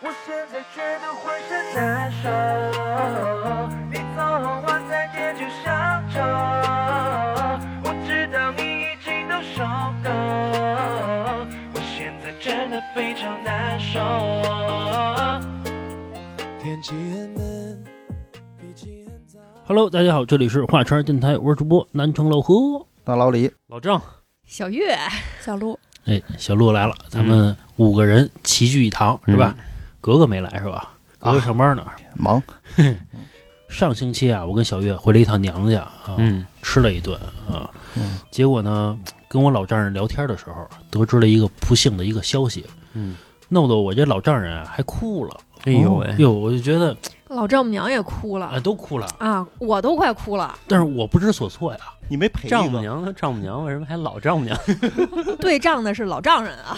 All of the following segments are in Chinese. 我现在觉得浑身难受，你走后我在街角消愁，我知道你已经都收够，我现在真的非常难受。天气很冷，脾气很躁。 Hello，大家好，这里是画圈电台，我是主播南城老何、大老李，老郑。小月，小鹿，哎，小鹿来了，咱嗯们五个人齐聚一堂、是吧？格格没来是吧？啊格格上班呢。忙，上星期啊，我跟小月回了一趟娘家啊，嗯，吃了一顿啊，嗯结果呢，跟我老丈人聊天的时候，得知了一个不幸的一个消息，嗯，弄得我这老丈人啊还哭了。哦哎呦喂，哟，我就觉得老丈母娘也哭啊，了都哭了，啊，我都快哭了。但是我不知所措呀。你没陪丈母娘呢？丈母娘为什么还老丈母娘？对账的是老丈人啊，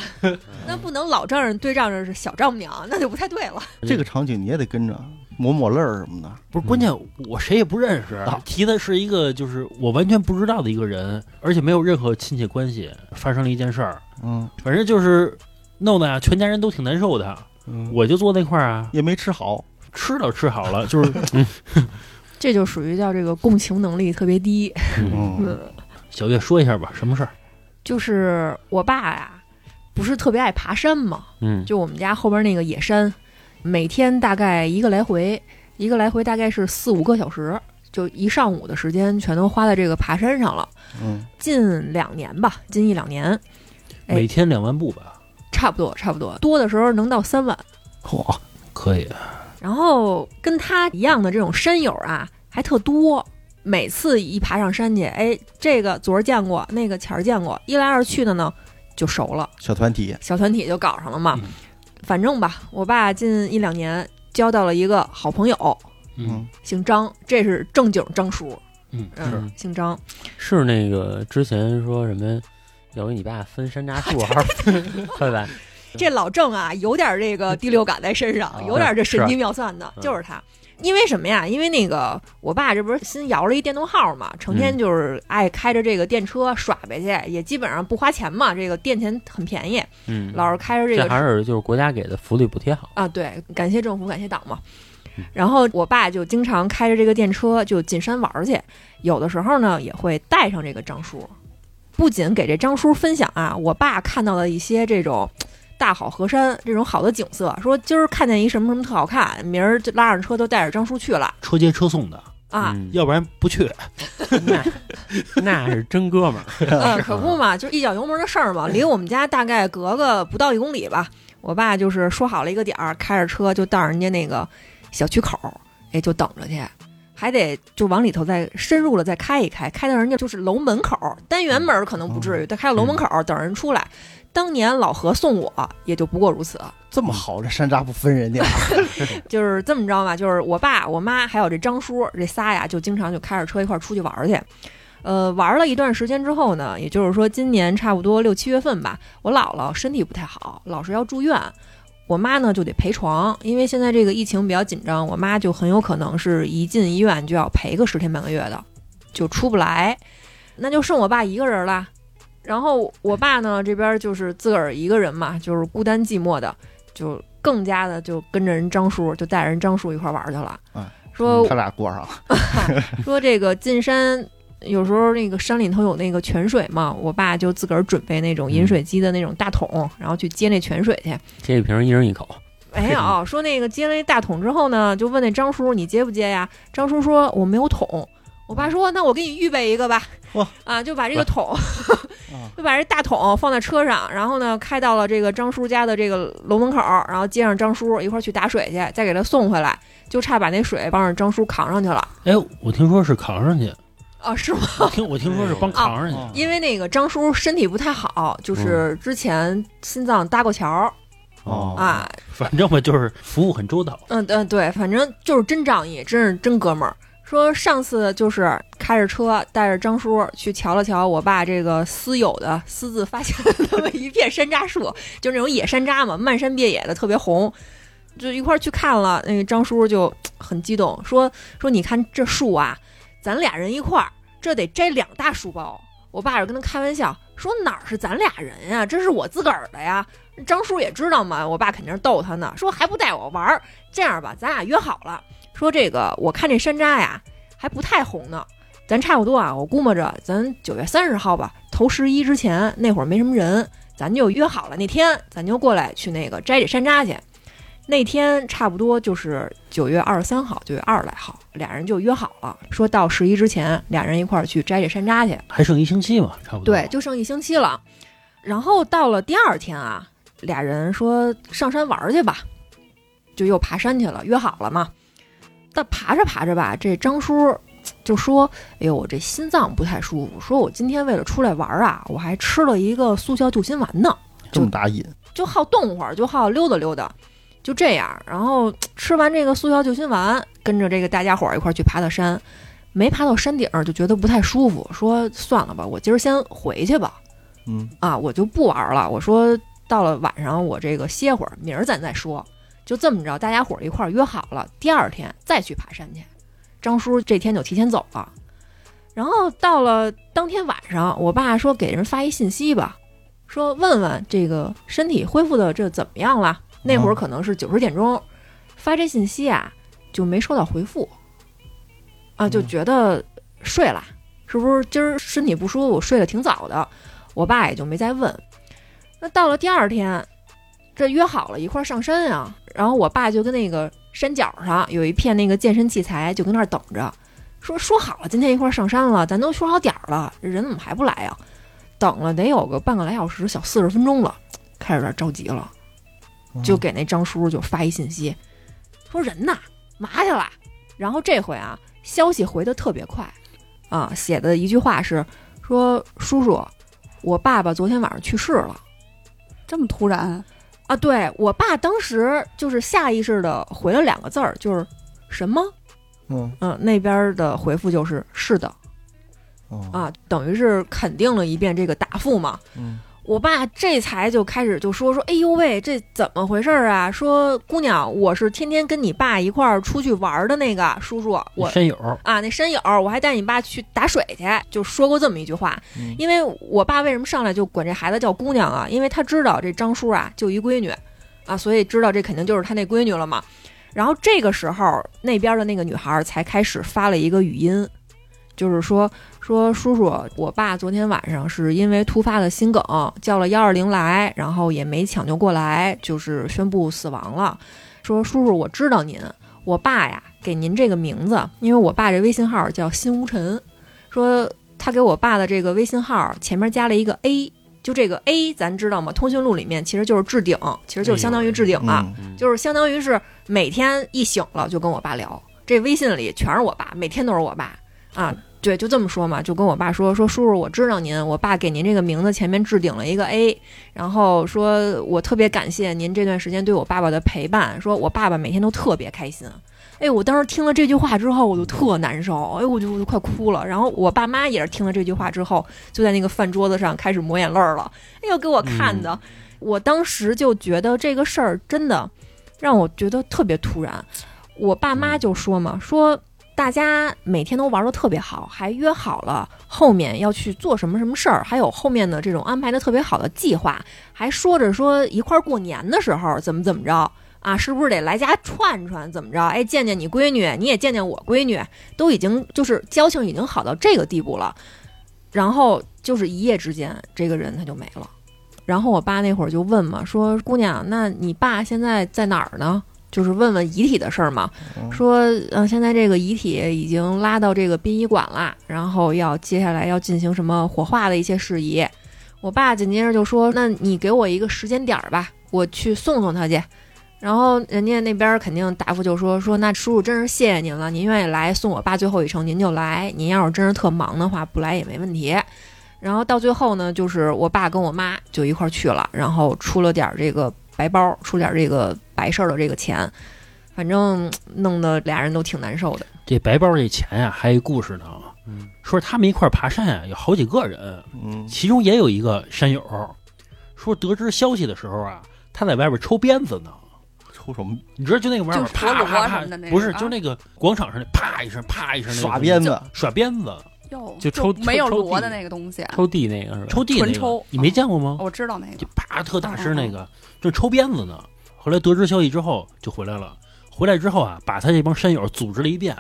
那不能老丈人对账人是小丈母娘，那就不太对了。这个场景你也得跟着抹抹泪儿什么的。不是，关键我谁也不认识，啊提的是一个就是我完全不知道的一个人，而且没有任何亲戚关系，发生了一件事儿，嗯反正就是弄得啊，全家人都挺难受的。嗯，我就坐那块儿啊，也没吃好，吃倒吃好了， 就是这就属于叫这个共情能力特别低。嗯，嗯，小月说一下吧，什么事儿？就是我爸呀、不是特别爱爬山嘛，嗯，就我们家后边那个野山，每天大概一个来回，一个来回大概是四五个小时，就一上午的时间全都花在这个爬山上了。嗯，近两年吧，近一两年，哎每天两万步吧，差不多差不多，多的时候能到三万。嚯，可以。然后跟他一样的这种山友啊，还特多。每次一爬上山去，哎，这个昨儿见过，那个前儿见过，一来二去的呢，就熟了，小团体，小团体就搞上了嘛。嗯反正吧，我爸近一两年交到了一个好朋友，嗯，姓张，这是正经张叔，嗯，嗯，姓张，是那个之前说什么要给你爸分嗯山楂树，还是对吧？这老郑啊，有点这个第六感在身上啊，有点这是神机妙算的，嗯就是他。因为什么呀？因为那个我爸这不是新摇了一电动号嘛，成嗯天就是爱开着这个电车耍呗去，也基本上不花钱嘛，这个电钱很便宜，嗯，老是开着这这个还是就是国家给的福利补贴好。啊，对，感谢政府，感谢党嘛。然后我爸就经常开着这个电车就进山玩儿去，有的时候呢也会带上这个张叔，不仅给这张叔分享啊，我爸看到的一些这种大好河山这种好的景色，说今儿看见一什么什么特好看，明儿就拉上车都带着张叔去了车接车送的，啊，嗯要不然不 去。那那是真哥们儿。嗯，可不嘛，就是一脚油门的事儿嘛，离我们家大概隔个不到一公里吧。我爸就是说好了一个点儿，开着车就到人家那个小区口，哎，就等着去，还得就往里头再深入了再开一开，开到人家就是楼门口，单元门可能不至于，但开到楼门口等人出来。当年老何送我也就不过如此，这么好，这山楂不分 人家，就是这么着吧，就是我爸、我妈还有这张叔这仨呀，就经常就开着车一块儿出去玩儿去。呃，玩了一段时间之后呢，也就是说今年差不多六七月份吧，我姥姥身体不太好，老是要住院，我妈呢就得陪床，因为现在这个疫情比较紧张，我妈就很有可能是一进医院就要陪个十天半个月的，就出不来，那就剩我爸一个人啦。然后我爸呢这边就是自个儿一个人嘛，就是孤单寂寞的，就更加的就跟着人张叔，就带着人张叔一块儿玩去了哎。说他俩过上了，说这个进山，有时候那个山里头有那个泉水嘛，我爸就自个儿准备那种饮水机的那种大桶，然后去接那泉水去。这一瓶一人一口，没有说那个接了那大桶之后呢，就问那张叔你接不接呀？张叔说我没有桶。我爸说：“那我给你预备一个吧。哇”啊，就把这个桶，啊就把这大桶放在车上，然后呢，开到了这个张叔家的这个楼门口，然后接上张叔一块儿去打水去，再给他送回来，就差把那水帮着张叔扛上去了。哎，我听说是扛上去，啊，是吗？我听我听说是哦帮扛上去。啊因为那个张叔身体不太好，就是之前心脏搭过桥儿、哦啊，反正吧，就是服务很周到。嗯嗯对，反正就是真仗义，真是真哥们儿。说上次就是开着车带着张叔去瞧了瞧我爸这个私有的私自发现的那么一片山楂树，就那种野山楂嘛，漫山遍野的特别红，就一块儿去看了。那个张叔就很激动，说说你看这树啊，咱俩人一块儿，这得摘两大书包。我爸就跟他开玩笑，说哪儿是咱俩人呀、这是我自个儿的呀。张叔也知道嘛，我爸肯定是逗他呢，说还不带我玩儿。这样吧，咱俩约好了，说这个我看这山楂呀还不太红呢，咱差不多啊，我估摸着咱九月三十号吧，头十一之前那会儿没什么人，咱就约好了那天，咱就过来去那个摘这山楂去。那天差不多就是九月二十三号，九月二十来号，俩人就约好了，说到十一之前，俩人一块儿去摘这山楂去。还剩一星期嘛，差不多。对，，就剩一星期了。然后到了第二天啊，俩人说上山玩儿去吧，就又爬山去了，约好了嘛。但爬着爬着吧，这张叔就说：“哎呦，我这心脏不太舒服，说我今天为了出来玩儿啊，我还吃了一个速效救心丸呢。”这么大瘾，就好动会儿，就好溜达溜达，就这样。然后吃完这个速效救心丸，跟着这个大家伙儿一块儿去爬的山，没爬到山顶儿就觉得不太舒服，说算了吧，我今儿先回去吧。嗯，啊，我就不玩了。我说到了晚上，我这个歇会儿，明儿咱再说。就这么着，大家伙儿一块儿约好了，第二天再去爬山去。张叔这天就提前走了。然后到了当天晚上，我爸说给人发一信息吧，说问问这个身体恢复的这怎么样了。那会儿可能是九十点钟，发这信息啊就没收到回复，啊就觉得睡了，是不是今儿身体不舒服，睡得挺早的，我爸也就没再问。那到了第二天，这约好了一块儿上山啊，然后我爸就跟那个山脚上有一片那个健身器材，就跟那儿等着，说说好了今天一块儿上山了，咱都说好点儿了，这人怎么还不来呀、等了得有个半个来小时，小四十分钟了，开始有点着急了，嗯嗯就给那张叔就发一信息，说人呐，嘛去了？然后这回啊，消息回的特别快，啊，写的一句话是说叔叔，我爸爸昨天晚上去世了。这么突然，啊，对我爸当时就是下意识的回了两个字儿，就是什么？嗯嗯，那边儿的回复就是是的哦啊，等于是肯定了一遍这个答复嘛。嗯我爸这才就开始就说说，哎呦喂，这怎么回事儿啊？说姑娘，我是天天跟你爸一块儿出去玩儿的那个叔叔，我山友啊，那山友，我还带你爸去打水去，就说过这么一句话。嗯因为我爸为什么上来就管这孩子叫姑娘啊？因为他知道这张叔啊就一闺女，啊，所以知道这肯定就是他那闺女了嘛。然后这个时候，那边的那个女孩才开始发了一个语音，就是说说叔叔，我爸昨天晚上是因为突发的心梗，叫了幺二零来，然后也没抢救过来，就是宣布死亡了。说叔叔，我知道您，我爸呀给您这个名字，因为我爸这微信号叫辛无尘，说他给我爸的这个微信号前面加了一个 A，就这个 A 咱知道吗？通讯录里面其实就是置顶，其实就是相当于置顶啊，嗯嗯就是相当于是每天一醒了就跟我爸聊，这微信里全是我爸，每天都是我爸啊。对，就这么说嘛，就跟我爸说说，叔叔，我知道您，我爸给您这个名字前面置顶了一个 A，然后说我特别感谢您这段时间对我爸爸的陪伴，说我爸爸每天都特别开心。哎，我当时听了这句话之后，我就特难受，哎，我就我就快哭了。然后我爸妈也是听了这句话之后，就在那个饭桌子上开始抹眼泪儿了。哎呦，给我看的，我当时就觉得这个事儿真的让我觉得特别突然。我爸妈就说嘛，说大家每天都玩的特别好，还约好了后面要去做什么什么事儿，还有后面的这种安排的特别好的计划，还说着说一块儿过年的时候怎么怎么着。啊，是不是得来家串串？怎么着？哎，见见你闺女，你也见见我闺女，都已经就是交情已经好到这个地步了。然后就是一夜之间，这个人他就没了。然后我爸那会儿就问嘛，说姑娘，那你爸现在在哪儿呢？就是问问遗体的事儿嘛。嗯说，呃，现在这个遗体已经拉到这个殡仪馆啦，然后要接下来要进行什么火化的一些事宜。我爸紧接着就说：“那你给我一个时间点儿吧，我去送送他去。”然后人家那边儿肯定答复就说：“说那叔叔真是谢谢您了，您愿意来送我爸最后一程，您就来。您要是真是特忙的话，不来也没问题。”然后到最后呢，就是我爸跟我妈就一块儿去了，然后出了点儿这个白包，出点儿这个白事儿的这个钱，反正弄得俩人都挺难受的。这白包这钱呀、还有一故事呢。啊嗯说他们一块儿爬山呀、啊有好几个人，嗯其中也有一个山友，说得知消息的时候啊，他在外边抽鞭子呢。抽什么你知道，就那个玩意儿，就是陀啪螺啪什啪么的那，个不是，啊就那个广场上那啪一声，啪一声，那个耍鞭子？耍鞭子。哟，就抽没有抽螺屉的那个东西，抽地那个是吧？抽屉那纯个抽，你没见过吗？我知道那哦就个，啪特大声那个，正抽鞭子呢。后来得知消息之后就回来了，回来之后啊，把他这帮山友组织了一遍，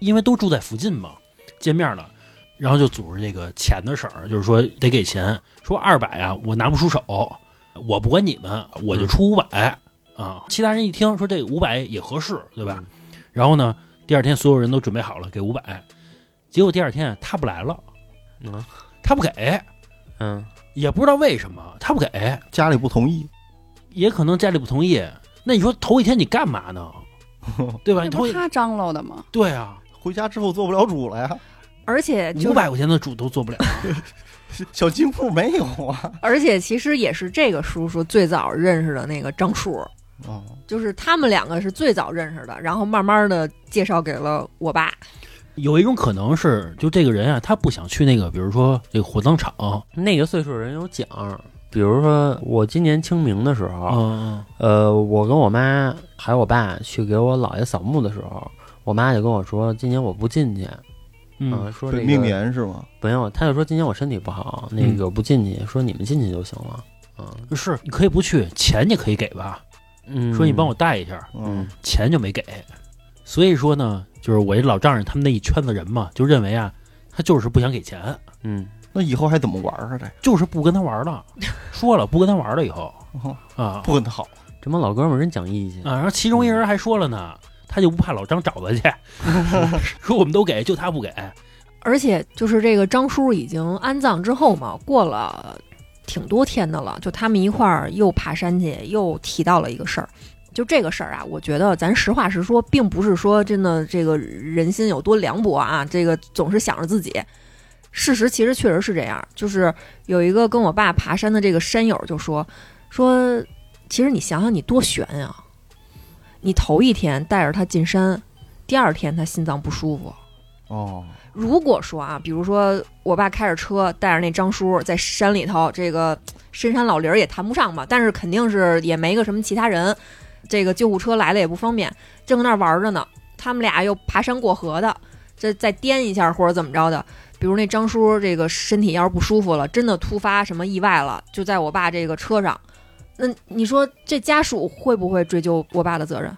因为都住在附近嘛，见面了，然后就组织这个钱的事儿，就是说得给钱，说二百啊，我拿不出手，我不管你们，我就出五百啊。其他人一听说这五百也合适，对吧？然后呢，第二天所有人都准备好了给五百，结果第二天他不来了，嗯他不给，嗯，也不知道为什么他不给，家里不同意，也可能家里不同意。那你说头一天你干嘛呢？对吧？那你不头是一他张罗的吗？对啊，回家之后做不了主了呀。而且就五是百块钱的主都做不 了。小金库没有啊。而且其实也是这个叔叔最早认识的那个张叔，哦，就是他们两个是最早认识的，然后慢慢的介绍给了我爸。有一种可能是，就这个人啊，他不想去那个，比如说这个火葬场，那个岁数人有讲，比如说我今年清明的时候，嗯，呃，我跟我妈还有我爸去给我姥爷扫墓的时候，我妈就跟我说，今年我不进去，嗯啊，说这本个命年是吗？没有，她就说今年我身体不好，那个不进去，说你们进去就行了，啊，是你可以不去，钱也可以给吧，嗯，说你帮我，带一下，嗯嗯，钱就没给。所以说呢，就是我这老丈人他们那一圈子人嘛，就认为啊，他就是不想给钱，嗯，那以后还怎么玩啊？这就是不跟他玩了，说了不跟他玩了以后哦啊，不跟他好，这帮老哥们儿真讲义气，啊，然后其中一人还说了呢，他就不怕老张找他去，说我们都给，就他不给。而且就是这个张叔已经安葬之后嘛，过了挺多天的了，就他们一块儿又爬山去，又提到了一个事儿。就这个事儿啊，我觉得咱实话实说，并不是说真的这个人心有多凉薄啊，这个总是想着自己。事实其实确实是这样，就是有一个跟我爸爬山的这个山友就说说，其实你想想你多悬呀、你头一天带着他进山，第二天他心脏不舒服，哦，如果说啊，比如说我爸开着车带着那张叔在山里头，这个深山老林儿也谈不上吧，但是肯定是也没个什么其他人，这个救护车来了也不方便，正搁那儿玩着呢。他们俩又爬山过河的，这再颠一下或者怎么着的。比如那张叔这个身体要是不舒服了，真的突发什么意外了，就在我爸这个车上，那你说这家属会不会追究我爸的责任？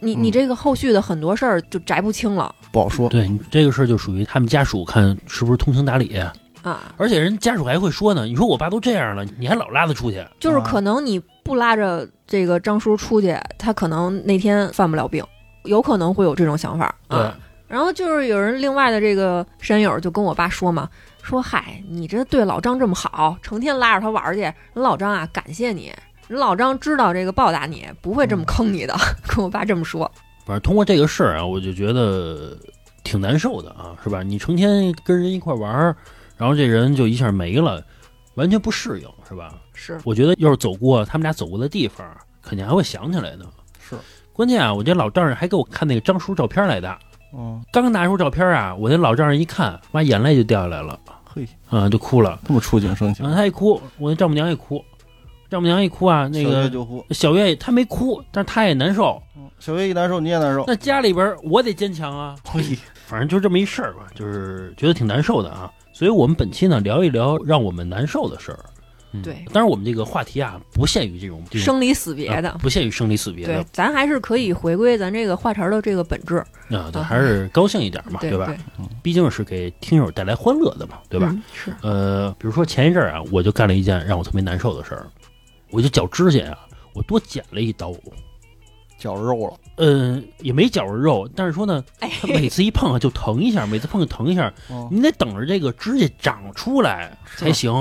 你你嗯这个后续的很多事儿就摘不清了不好说。对，你这个事儿就属于他们家属看是不是通情达理，啊。而且人家属还会说呢，你说我爸都这样了，你还老拉他出去，就是啊可能你不拉着这个张叔出去，他可能那天犯不了病，有可能会有这种想法对，啊。然后就是有人另外的这个山友就跟我爸说嘛，说嗨，你这对老张这么好，成天拉着他玩儿去，人老张啊感谢你，人老张知道这个报答你，不会这嗯么坑你的， 跟我爸这么说。反正通过这个事儿啊，我就觉得挺难受的啊，是吧？你成天跟人一块玩儿，然后这人就一下没了，完全不适应，是吧？是，我觉得要是走过他们俩走过的地方，肯定还会想起来的。是，关键啊，我这老丈人还给我看那个张叔照片来的，嗯，刚拿出照片啊，我那老丈人一看，妈眼泪就掉下来了，嘿，啊、就哭了。这么触景生情然，后他一哭，我那丈母娘也哭，丈母娘一哭啊，那小月个就哦哭，嗯小月她没哭，但是她也难受。小月一难受你也难受。那家里边儿我得坚强啊，嘿， 反正就这么一事儿吧，就是觉得挺难受的啊。所以我们本期呢聊一聊让我们难受的事儿。嗯对，当然，我们这个话题啊不限于这种这种生离死别的。啊不限于生离死别的对，咱还是可以回归咱这个话茬儿的这个本质，啊，对，啊还是高兴一点嘛，对吧？毕竟是给听友带来欢乐的嘛，对对吧？嗯 是，呃，比如说前一阵儿啊，我就干了一件让我特别难受的事儿，我就脚指甲呀、我多剪了一刀。绞肉了，嗯，也没绞着肉，但是说呢，哎，它每次一碰啊就疼一下，每次碰就疼一下，嗯，你得等着这个指甲长出来才行，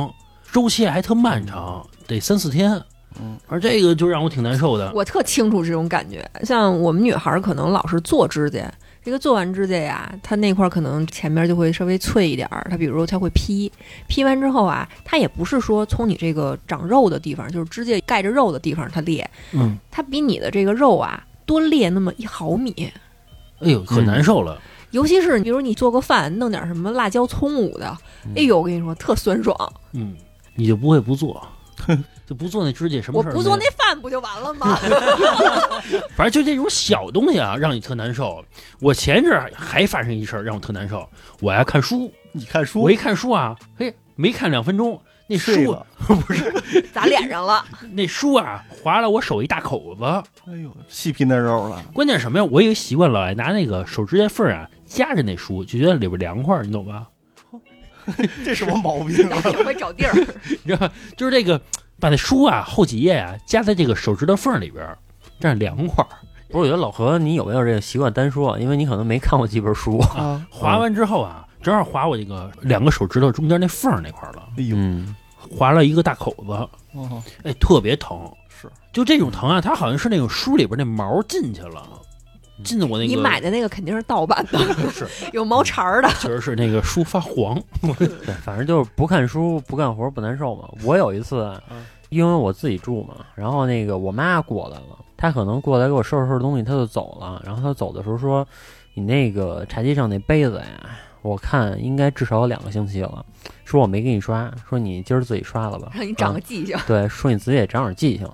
周期还特漫长，得三四天。嗯，而这个就让我挺难受的。我特清楚这种感觉，像我们女孩儿可能老是做指甲，这个做完指甲呀，它那块儿可能前面就会稍微脆一点儿，它比如它会劈，劈完之后啊，它也不是说从你这个长肉的地方，就是指甲盖着肉的地方它裂，嗯，它比你的这个肉啊多裂那么一毫米。哎呦，嗯可难受了。尤其是比如你做个饭，弄嗯点什么辣椒、葱舞的，哎呦，我跟你说特酸爽。 嗯，你就不会不做。就不做那指甲，什么我事儿不都没有做那饭不就完 了吗？反正就这种小东西啊，让你特难受。我前一阵儿还发生一事儿，让我特难受。我呀看书，你看书我一看书啊，嘿，没看两分钟，那睡书了，砸脸上了，那书啊划了我手一大口子。哎呦，细皮嫩肉了，关键是什么呀？我有一习惯老爱拿那个手指甲缝儿啊夹着那书，就觉得里边凉快儿，你懂吧？ 这什么毛病大啊？脸会找地儿。你知道吧，就是这个把那书啊后几页啊夹在这个手指头缝儿里边儿，这样凉快儿。不是，我觉得老何，你有没有这个习惯单说？因为你可能没看过几本书。啊，划完之后啊，正好划我这个两个手指头中间那缝儿那块儿了，哎呦， 嗯，划了一个大口子。哦哎，特别疼，是就这种疼啊，它好像是那种书里边那毛进去了，进到我那个，你买的那个肯定是盗版的，不是， 有毛茬 儿的。确实是那个书发黄，对，反正就是不看书、不干活、不难受嘛。我有一次，啊因为我自己住嘛，然后那个我妈过来了，她可能过来给我收拾收拾东西，她就走了。然后她走的时候说：“你那个茶几上那杯子呀，我看应该至少有两个星期了。”说我没给你刷，说你今儿自己刷了吧，让你长嗯个记性，对，说你自己也长点记性。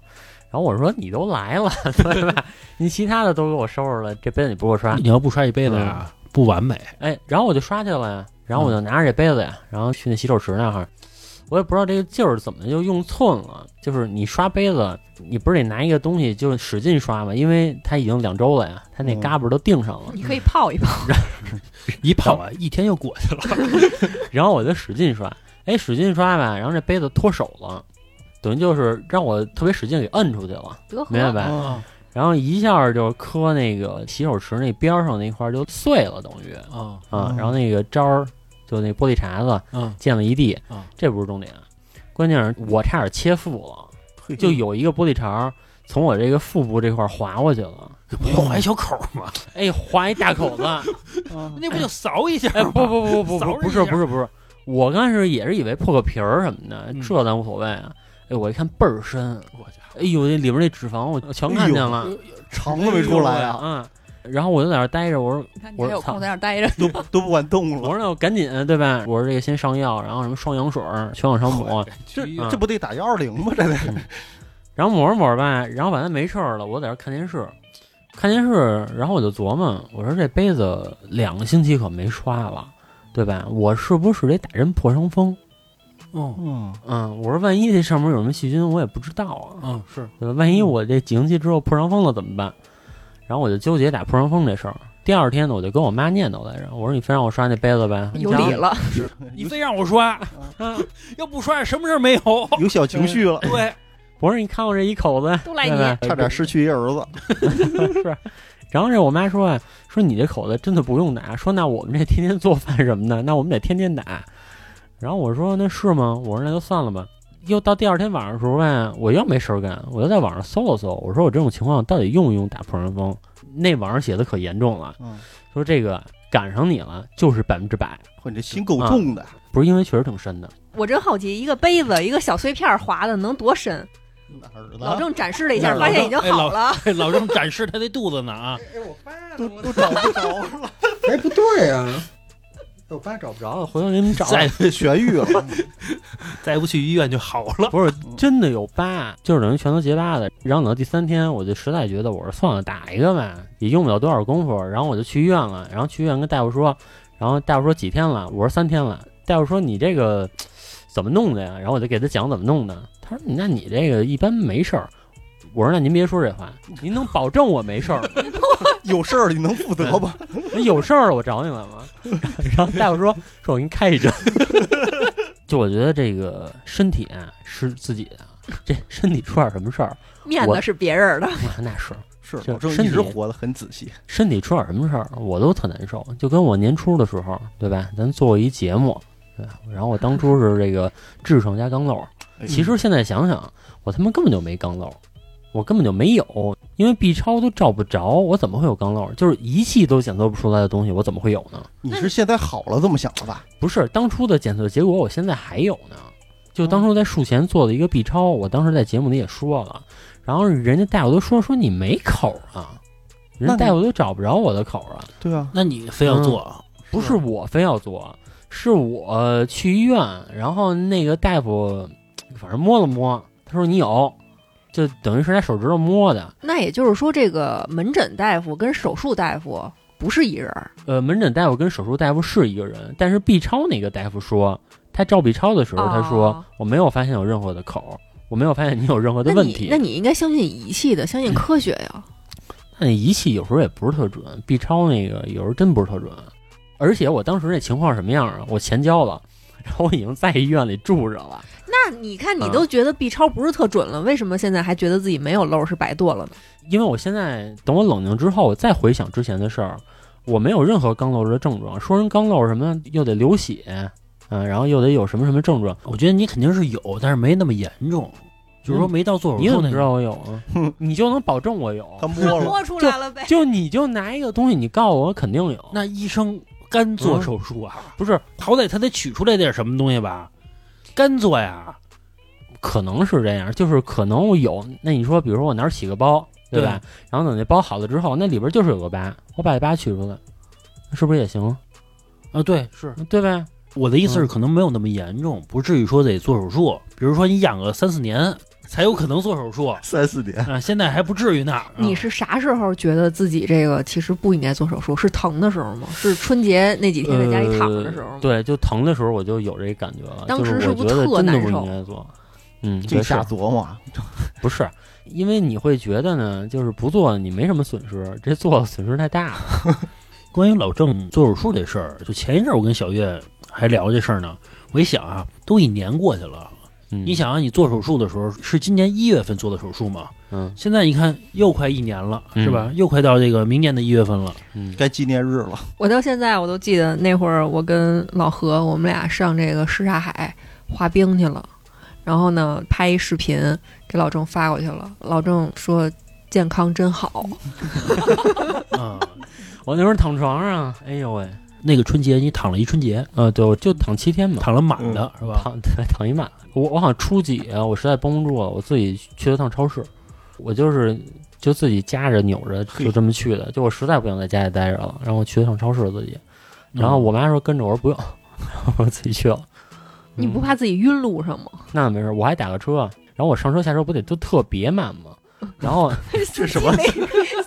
然后我说你都来了，对吧？你其他的都给我收拾了，这杯子你不给我刷，你要不刷一辈子啊，不完美。哎，然后我就刷去了呀，然后我就拿着这杯子呀，然后去那洗手池那儿，我也不知道这个劲儿怎么就用寸了，就是你刷杯子，你不是得拿一个东西就使劲刷吗？因为它已经两周了呀，它那嗯嘎巴都定上了，你可以泡一泡。一泡啊，一天又过去了，然后我就使劲刷，哎，使劲刷吧，然后这杯子脱手了，等于就是让我特别使劲给摁出去了，得呵，明白吧？啊，然后一下就磕那个洗手池那边儿上那块儿就碎了，等于啊啊嗯，然后那个渣儿就那玻璃碴子啊溅了一地啊，这不是重点，关键是我差点切腹了，嘿就有一个玻璃碴儿从我这个腹部这块儿划过去了，不就划一小口吗？哎，划一大口子，啊那不就扫一下哎，吗？不不不不不扫不，着不一是下不是不是，我刚开始也是以为破个皮儿什么的嗯，这咱无所谓啊，哎，我一看倍儿深，我家伙哎呦，那里边那脂肪我全看见了。肠子没出来啊，啊！嗯，然后我就在那儿待着，我说你看你我还有操空在那儿待着，都都不管动我了，说那我赶紧对吧？我说这个先上药，然后什么双氧水儿、全往上抹，这嗯这不得打幺二零吗？这得然后抹着抹着吧，然后晚上没事儿了，我在这儿看电视，看电视，然后我就琢磨，我说这杯子两个星期可没刷了，对吧？我是不是得打针破伤风？嗯嗯，嗯，我说万一这上面有什么细菌，我也不知道啊，嗯是对吧？万一我这几星期之后破伤风了怎么办？然后我就纠结打破伤风这事儿。第二天呢，我就跟我妈念叨来着，我说你非让我刷那杯子呗，有理了，哎你嗯非让我刷，要不刷什么事儿没 有。有小情绪了，对，我说你看我这一口子，都赖对吧差点失去一儿子，是。然后这我妈说啊，说你这口子真的不用打，说那我们这天天做饭什么的， 那我们得天天打。然后我说那是吗？我说那就算了吧。又到第二天晚上的时候呗，我又没事儿干，我就在网上搜了搜，我说我这种情况到底用不用打破伤风？那网上写的可严重了，嗯，说这个赶上你了就是百分之百，嚯，你这心够重的，不是因为确实挺深的。我真好奇，一个杯子，一个小碎片儿划的能多深？哪儿老的？郑展示了一下，嗯老郑发现已经好了。哎老郑展示他那肚子呢啊，都都找不着 了，哎，不对呀、啊，我爸找不着了，回头给你们找找。再痊愈了，再不去医院就好了。不是真的有疤，就是等于全都结疤的。然后等到第三天，我就实在觉得我说算了，打一个吧，也用不了多少功夫。然后我就去医院了，然后去医院跟大夫说，然后大夫说几天了，我说三天了。大夫说你这个怎么弄的呀？然后我就给他讲怎么弄的。他说那你这个一般没事儿。我说那您别说这话，您能保证我没事儿吗？有事儿你能负责吧？那有事儿我找你来吗？ 然后大夫说说我给你开一针。 就我觉得这个身体啊是自己的，这身体出点什么事儿，面子是别人的，哇，那是是这老郑身一直体活得很仔细，身体出点什么事儿，我都特难受。就跟我年初的时候，对吧？咱做过一节目，对吧？然后我当初是这个痔疮加肛瘘，哎嗯其实现在想想，我他妈根本就没肛瘘，我根本就没有，因为 B 超都照不着，我怎么会有肛瘘？就是仪器都检测不出来的东西，我怎么会有呢？你是现在好了这么想的吧？不是当初的检测结果，我现在还有呢。就当哦初在术前做的一个 B 超，我当时在节目里也说了，然后人家大夫都说说你没口儿啊，人那家你大夫都找不着我的口儿啊，对啊， 那你非要做，不是我非要做，是我去医院，然后那个大夫反正摸了摸，他说你有，就等于是拿手指头摸的。 那也就是说，这个门诊大夫跟手术大夫不是一人儿。呃，门诊大夫跟手术大夫是一个人，但是 B 超那个大夫说，他照 B 超的时候，他说、哦我没有发现有任何的口，我没有发现你有任何的那问你题。那你应该相信仪器的，相信科学呀。那仪器有时候也不是特准，B 超那个有时候真不是特准。而且我当时那情况什么样啊？我前交了，然后我已经在医院里住着了。 那你看，你都觉得 B 超不是特准了，为什么现在还觉得自己没有漏是白剁了呢？因为我现在等我冷静之后，我再回想之前的事儿，我没有任何肛瘘的症状。说人肛瘘什么又得流血，嗯、然后又得有什么什么症状，我觉得你肯定是有，但是没那么严重，就是说没到做手你术怎那么个知道我有啊？ 你就能保证我有？他摸了，出来了呗。 就你就拿一个东西，你告诉我肯定有。那医生干做手术啊，不是，好歹他得取出来点什么东西吧？干做呀，可能是这样，就是可能我有。那你说，比如说我哪儿起个包，对吧？然后等那包好了之后，那里边就是有个疤，我把这疤取出来，是不是也行？啊，对，是对呗？我的意思是，嗯可能没有那么严重，不至于说得做手术。比如说你养个三四年才有可能做手术三四年，啊，现在还不至于呢。啊你是啥时候觉得自己这个其实不应该做手术？是疼的时候吗？是春节那几天在家里躺着的时候吗？呃对，就疼的时候我就有这感觉了。当时就是是我不觉是得特真的难不受应该做。嗯，这对，是下琢磨啊，不是？因为你会觉得呢，就是不做你没什么损失，这做了损失太大了。关于老郑做手术这事儿，就前一阵儿我跟小月还聊这事儿呢。我一想啊，都一年过去了，嗯、你，想啊，你做手术的时候是今年一月份做的手术吗？嗯现在你看又快一年了，嗯是吧？又快到这个明年的一月份了。嗯，该纪念日了，我到现在我都记得那会儿，我跟老何我们俩上这个什刹海滑冰去了，然后呢拍一视频给老郑发过去了，老郑说健康真好，啊，我那时候躺床上，哎呦喂，那个春节你躺了一春节，呃，对，我就躺七天嘛，躺了满的、是吧？躺对躺一晚。我我好像初几啊，我实在绷不住了，我自己去了趟超市，我就是就自己夹着扭着就这么去的，就我实在不想在家里待着了，然后我去了趟超市自己，嗯然后我妈说跟着我说不用， 然后我自己去了。你不嗯怕自己晕路上吗？那没事，我还打个车，啊然后我上车下车不得都特别慢吗？然后，这什么？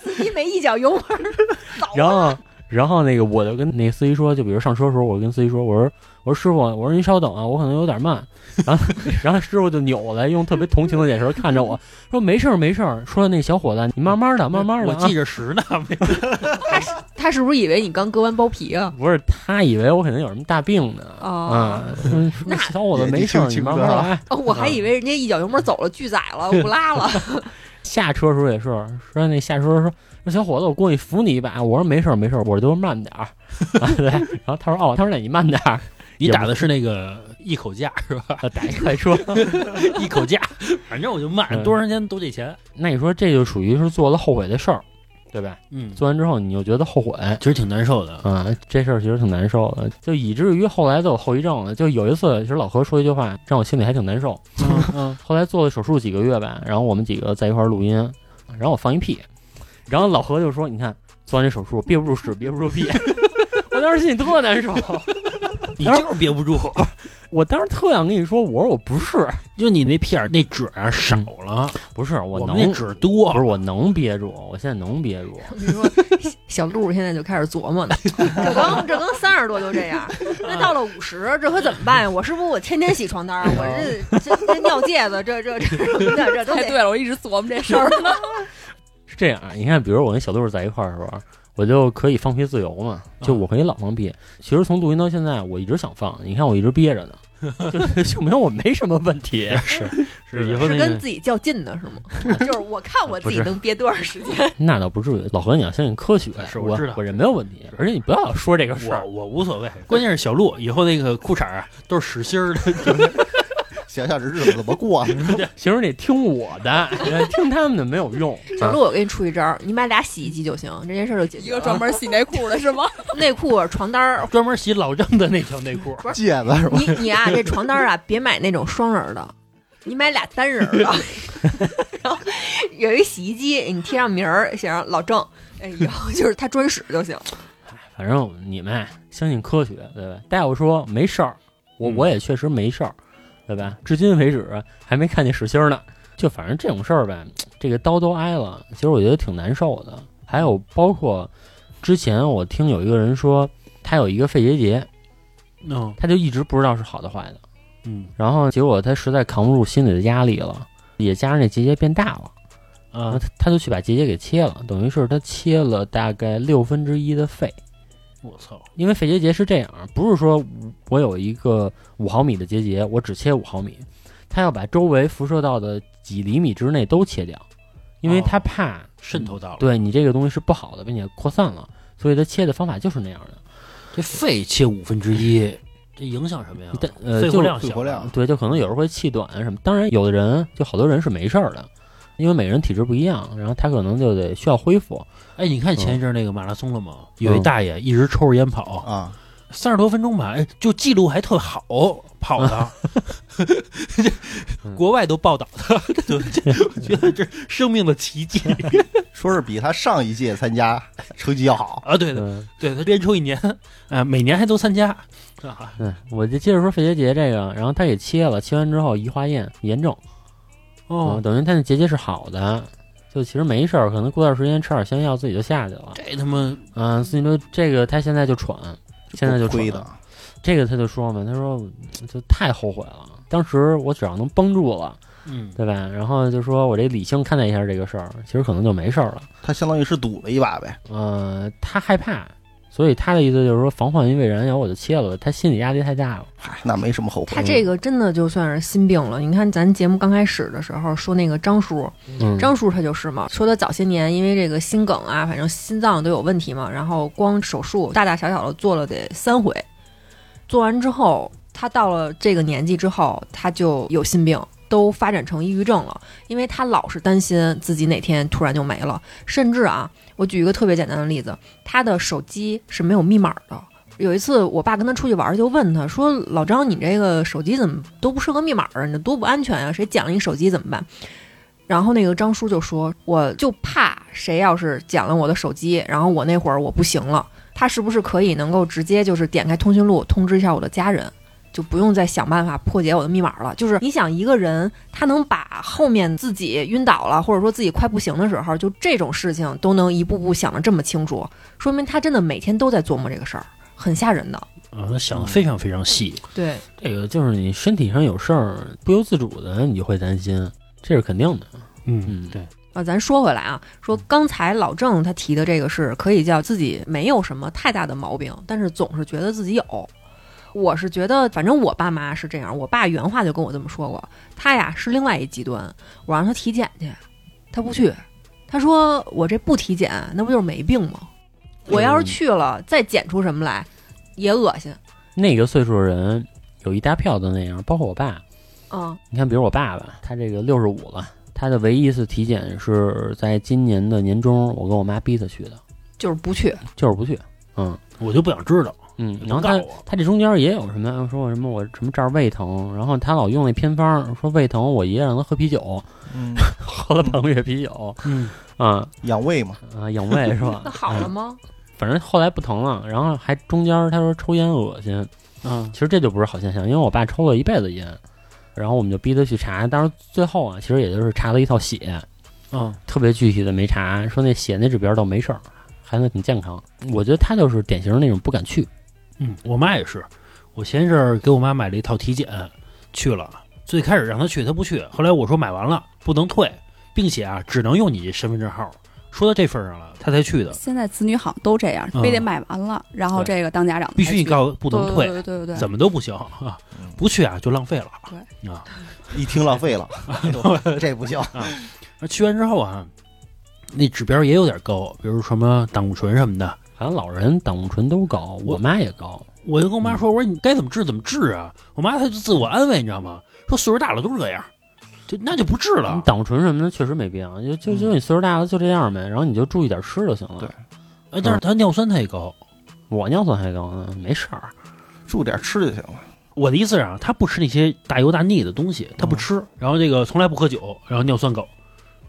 司机没一脚油门儿， 然后，然后那个我就跟那个司机说，就比如上车的时候，我跟司机说，我说我说师傅，我说您稍等啊，我可能有点慢。然后，然后师傅就扭来，用特别同情的眼神看着我说没事儿没事儿。说那小伙子，你慢慢的，慢慢我的、啊。记着时呢，没有他是不是以为你刚割完包皮啊？不是他以为我可能有什么大病呢。哦 啊，嗯那小伙子没事儿，你慢慢来。哦，我还以为人家一脚油门走了，拒载了，不拉了。下车的时候也是，说那下车说说小伙子，我过去扶你一把。我说没事儿没事儿，我就是慢点儿。 啊对，然后他说哦，他说那你慢点儿， 你打的是那个一口 价是吧？啊打一快车。一口价，反正我就慢，嗯多长时间都这钱。那你说这就属于是做了后悔的事儿，对吧？嗯，做完之后你就觉得后悔。其实挺难受的。啊、这事儿其实挺难受的，就以至于后来都有后遗症了。就有一次，其实老何说一句话，让我心里还挺难受。 嗯，后来做了手术几个月吧，然后我们几个在一块儿录音，然后我放一屁，然后老何就说：“你看，做完这手术憋不住屎，憋不住屁。” 我当时心里特难受，你就是憋不住，我当时特想跟你说，我说我不是， 就你那屁眼儿那褶儿啊少了，不是，我我们能，那褶儿多不是，我能憋住，我现在能憋 住。 你说小鹿现在就开始琢 磨了，这刚这刚三十多就这样，那到了五十，这可怎么办呀？我是不是我天天洗床单儿？我这这这尿戒子，这这这什么 的，这都啊太得 对了，我一直琢磨这事儿呢。是这样啊，你看，比如我跟小豆儿在一块儿的时候，啊我就可以放屁自由嘛，就我可以老放屁。其实从录音到现在，我一直想放，你看我一直憋着呢，就就没有我没什么问题。是是，以后是那跟个自己较劲呢，是 吗？就是我看我自己不是能憋多长时啊间。那倒不至于。老何，你要相信科学，是我我知道我这没有问题。而且你不要老说这个事我儿，我无所谓，关键是小鹿以后那个裤衩儿啊都是实心儿的，想想这日子怎么过啊的，其实你听我的，听他们的没有用。小鹿，我给你出一招儿，你买俩洗衣机就行，这件事儿就解一决了。啊个专门洗内裤的是吗？内裤、床单儿， 专门洗老郑的那条内裤。 戒指是吧？ 你你啊，这床单儿啊，别买那种双人儿的，你买俩单人儿的。 然后有一洗衣机，你贴上名儿，写上老郑，哎，以后就是他专使就行。反啊正你们相信科学，对吧？大夫说没事儿，我嗯我也确实没事儿。对吧？至今为止还没看见屎星呢。就反正这种事儿呗，这个刀都挨了，其实我觉得挺难受的。还有包括之前我听有一个人说，他有一个肺结节，嗯他就一直不知道是好的坏的。嗯然后结果他实在扛不住心里的压力了，也加上这结节变大了，然后啊，他他就去把结节给切了，等于是他切了大概六分之一的肺。我操，因为肺结节是这样，啊不是说我有一个五毫米的结节，我只切五毫米，他要把周围辐射到的几厘米之内都切掉，因为哦他怕渗透到了。，对你这个东西是不好的，并且扩散了，所以他切的方法就是那样的。这肺切五分之一，这影响什么呀？但呃，肺就活量肺小啊活量对，就可能有人会气短啊什么。当然，有的人就好多人是没事儿的，因为每个人体质不一样，然后他可能就得需要恢复。哎，你看前一阵儿那个马拉松了吗？有一嗯大爷一直抽着烟跑，啊，三十多分钟吧，哎，就记录还特好，跑的，这 嗯国外都报道他，这我觉得这是生命的奇迹说是比他上一届参加成绩要好，啊！对的，嗯对他连抽一年，啊，每年还都参加啊，嗯，我就接着说肺结节这个，然后他给切了，切完之后一化验炎症，嗯，哦，等于他那结节是好的，就其实没事儿，可能过段时间吃点香药自己就下去了。这他妈嗯，所以说这个他现在就喘，现在就亏喘的。这个他就说嘛，他说就太后悔了，当时我只要能绷住了。嗯，对吧？然后就说我这理性看待一下这个事儿，其实可能就没事儿了。他相当于是赌了一把呗，呃，他害怕，所以他的意思就是说防患于未然，要我就切了。他心理压力太大了。嗨，那没什么后悔。他这个真的就算是心病了。你看咱节目刚开始的时候说那个张叔，嗯，张叔他就是嘛，说他早些年因为这个心梗啊，反正心脏都有问题嘛，然后光手术大大小小的做了得三回，做完之后，他到了这个年纪之后，他就有心病。都发展成抑郁症了，因为他老是担心自己哪天突然就没了，甚至啊，我举一个特别简单的例子，他的手机是没有密码的。有一次，我爸跟他出去玩儿，就问他说：“老张，你这个手机怎么都不设个密码啊？你这多不安全啊！谁捡了你手机怎么办？”然后那个张叔就说：“我就怕谁要是捡了我的手机，然后我那会儿我不行了，他是不是可以能够直接就是点开通讯录通知一下我的家人，就不用再想办法破解我的密码了？就是你想一个人他能把后面自己晕倒了，或者说自己快不行的时候，就这种事情都能一步步想得这么清楚，说明他真的每天都在琢磨这个事儿，很吓人的。啊，他想的非常非常细，对，这个就是你身体上有事儿，不由自主的你就会担心，这是肯定的。嗯对，啊，咱说回来啊，说刚才老郑他提的这个是可以叫自己没有什么太大的毛病，但是总是觉得自己有。我是觉得，反正我爸妈是这样，我爸原话就跟我这么说过，他呀是另外一极端，我让他体检去，他不去，他说我这不体检，那不就是没病吗？我要是去了，再检出什么来，也恶心那个岁数的人有一大票都那样，包括我爸。啊、你看，比如我爸爸，他这个六十五了，他的唯一一次体检是在今年的年中，我跟我妈逼他去的，就是不去。？就是不去。嗯，我就不想知道，嗯，不然后告他我他这中间也有什么说我什么我什么这儿胃疼，然后他老用那偏方，说胃疼我爷让他喝啤酒，嗯，喝了半个月 啤酒，嗯，啊养胃嘛，啊养胃是吧那好了嗯吗？反正后来不疼了，然后还中间他说抽烟恶心，啊，其实这就不是好现象，因为我爸抽了一辈子烟，然后我们就逼他去查，当然最后啊，其实也就是查了一套血，嗯，特别具体的没查，说那血那指标倒没事儿，孩子挺健康。我觉得他就是典型的那种不敢去，嗯，我妈也是，我前一阵儿给我妈买了一套体检，去了。最开始让她去，她不去。后来我说买完了不能退，并且啊，只能用你身份证号。说到这份儿上了，她才去的， 现在子女好像都这样，嗯非得买完了，然后对这个当家长的必须才你去告诉不对能退，对对对对，怎么都不行啊！不去啊，就浪费了。对啊，一听浪 费了，这不行。那去完之后啊，那指标也有点高，比如什么胆固醇什么的。好像老人胆固醇都高，我妈也高，我就跟我妈说，我说你该怎么治怎么治啊！我妈她就自我安慰，你知道吗？说岁数大了都这样，就那就不治了嗯你。胆固醇什么的确实没必要，就就就你岁数大了就这样呗，然后你就注意点吃就行了。对哎，但是她尿酸太高。我尿酸还高呢，没事儿。注点吃就行了。我的意思是啊，他不吃那些大油大腻的东西，他不吃，然后这个从来不喝酒，然后尿酸高，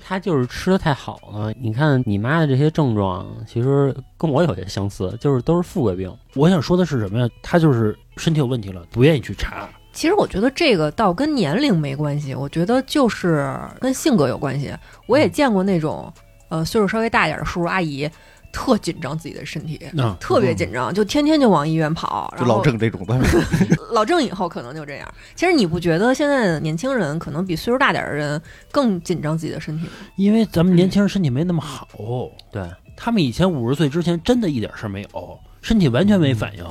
他就是吃的太好了。你看你妈的这些症状，其实跟我有些相似，就是都是富贵病。我想说的是什么呀？他就是身体有问题了，不愿意去查，其实我觉得这个倒跟年龄没关系，我觉得就是跟性格有关系。我嗯也见过那种呃岁数稍微大一点的叔叔阿姨，特紧张自己的身体，嗯，特别紧张，就天天就往医院跑。就然后老郑这种的， 老郑以后可能就这样。其实你不觉得现在的年轻人可能比岁数大点的人更紧张自己的身体吗？因为咱们年轻人身体没那么好，对他们以前五十岁之前真的一点事儿没有，身体完全没反应。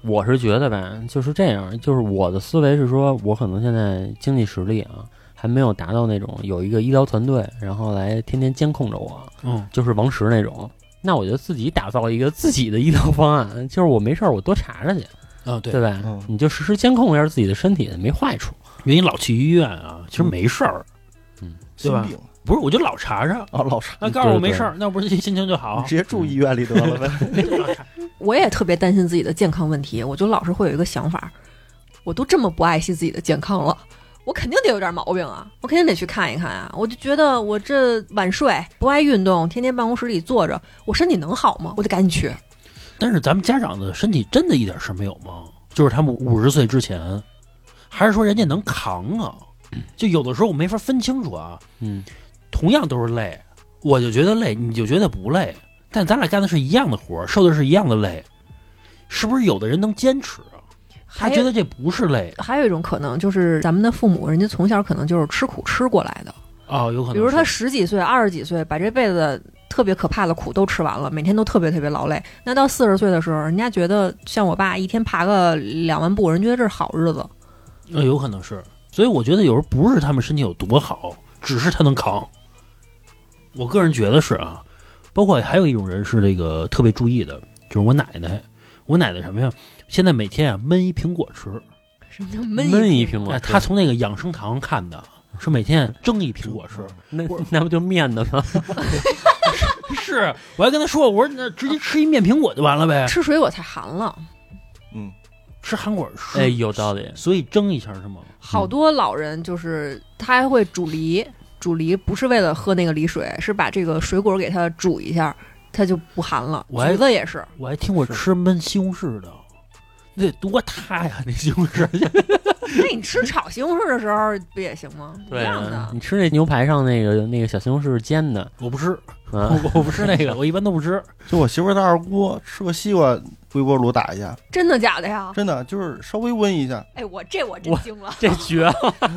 我是觉得吧，就是这样，就是我的思维是说，我可能现在经济实力啊，还没有达到那种有一个医疗团队，然后来天天监控着我，嗯，就是王石那种。那我就自己打造一个自己的医疗方案，就是我没事儿我多查查去，啊，对对，吧？嗯你就实时监控一下自己的身体，没坏处。因为你老去医院啊，其实没事儿，对心吧病不是，我就老查查，啊，老师，那告诉我没事儿，那嗯不是心情就好 你。直接住医院里得了呗。我也特别担心自己的健康问题，我就老是会有一个想法，我都这么不爱惜自己的健康了，我肯定得有点毛病啊，我肯定得去看一看啊。我就觉得我这晚睡、不爱运动、天天办公室里坐着，我身体能好吗？我得赶紧去。但是咱们家长的身体真的一点事儿没有吗？就是他们五十岁之前，还是说人家能扛啊？就有的时候我没法分清楚啊。嗯，同样都是累，我就觉得累，你就觉得不累，但咱俩干的是一样的活儿，受的是一样的累，是不是？有的人能坚持啊，他还有觉得这不是累还有一种可能就是咱们的父母，人家从小可能就是吃苦吃过来的，啊、有可能。比如他，十几岁、二十几岁，把这辈子特别可怕的苦都吃完了，每天都特别特别劳累。那到四十岁的时候，人家觉得像我爸一天爬个两万步，人觉得这是好日子。呃，有可能是。所以我觉得有时候不是他们身体有多好，只是他能扛。我个人觉得是啊，包括还有一种人是这个特别注意的，就是我奶奶。我奶奶什么呀？现在每天啊焖一苹果吃，什么叫闷闷一一瓶？苹果哎，吃，她从那个养生堂看的，说每天蒸一苹果吃。那 那不就面的吗？是，我还跟他说，我说那直接吃一面苹果就完了呗，吃水果太寒了，嗯，吃韩国吃。哎，有道理。所以蒸一下是吗？好多老人就是他还会煮梨，煮梨不是为了喝那个梨水，是把这个水果给它煮一下，它就不寒了。我还橘子也是， 我还听过吃焖西红柿的，那得多塌呀！那西红 柿，那你吃炒西红柿的时候不也行吗？一对样啊的， 你。吃那牛排上那个那个小西红柿是煎的，我不吃，啊，我我不吃那个，我一般都不 吃。就我媳妇儿她二姑吃个西瓜，微波炉打一下，真的假的呀？真的就是稍微温一下，哎，我这我真我惊了，这绝了！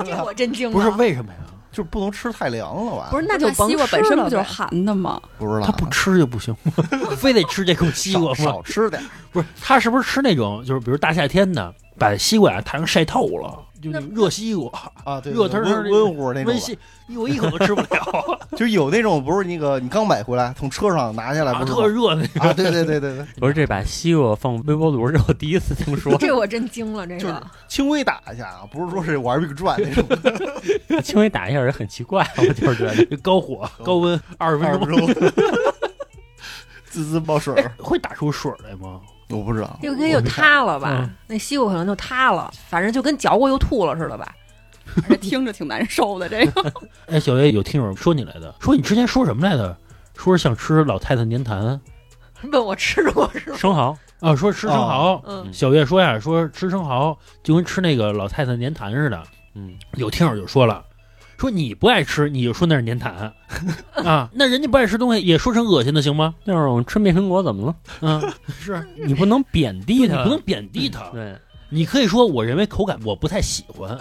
这我真惊了。不是为什么呀？就是不能吃太凉了吧？不是，那就就甭西瓜本身不就是是 寒的吗？不知 道，他不吃就不行吗？ 非得吃这口西瓜少吗？少吃点儿，不是，他是不是吃那种就是比如大夏天的，把西瓜啊太阳晒透了，就那那。种热西瓜，啊，对，热腾腾温那个温乎那种温的，西，我一口都吃不了，就是有那种不是那个你刚买回来从车上拿下来啊不是特吗热那啊，对对对对对，不是这把西瓜放微波炉，这我第一次听说 这我真惊了，这就是个轻微打一下啊，不是说是玩命转那种，轻微打一下也很奇怪，我就是觉得。个高火高温二十分二钟分。钟，滋滋冒水儿，哎，会打出水来吗？我不知道，这个应该就塌了吧？那西瓜可能就塌了，反正就跟嚼过又吐了似的吧？ 这听着挺难受的，这个哎，小月有听友说你来的，说你之前说什么来的？说是想吃老太太年痰问我吃过是吗？生蚝，啊，说吃生蚝。嗯，小月说呀，说吃生蚝就跟吃那个老太太年痰似的。嗯，有听友就说了，说你不爱吃，你就说那是年痰啊，那人家不爱吃东西也说成恶心的行吗？就是我们吃面苹果怎么了？啊，是你不能贬低嗯你它，不能贬低它，对，你可以说我认为口感我不太喜欢，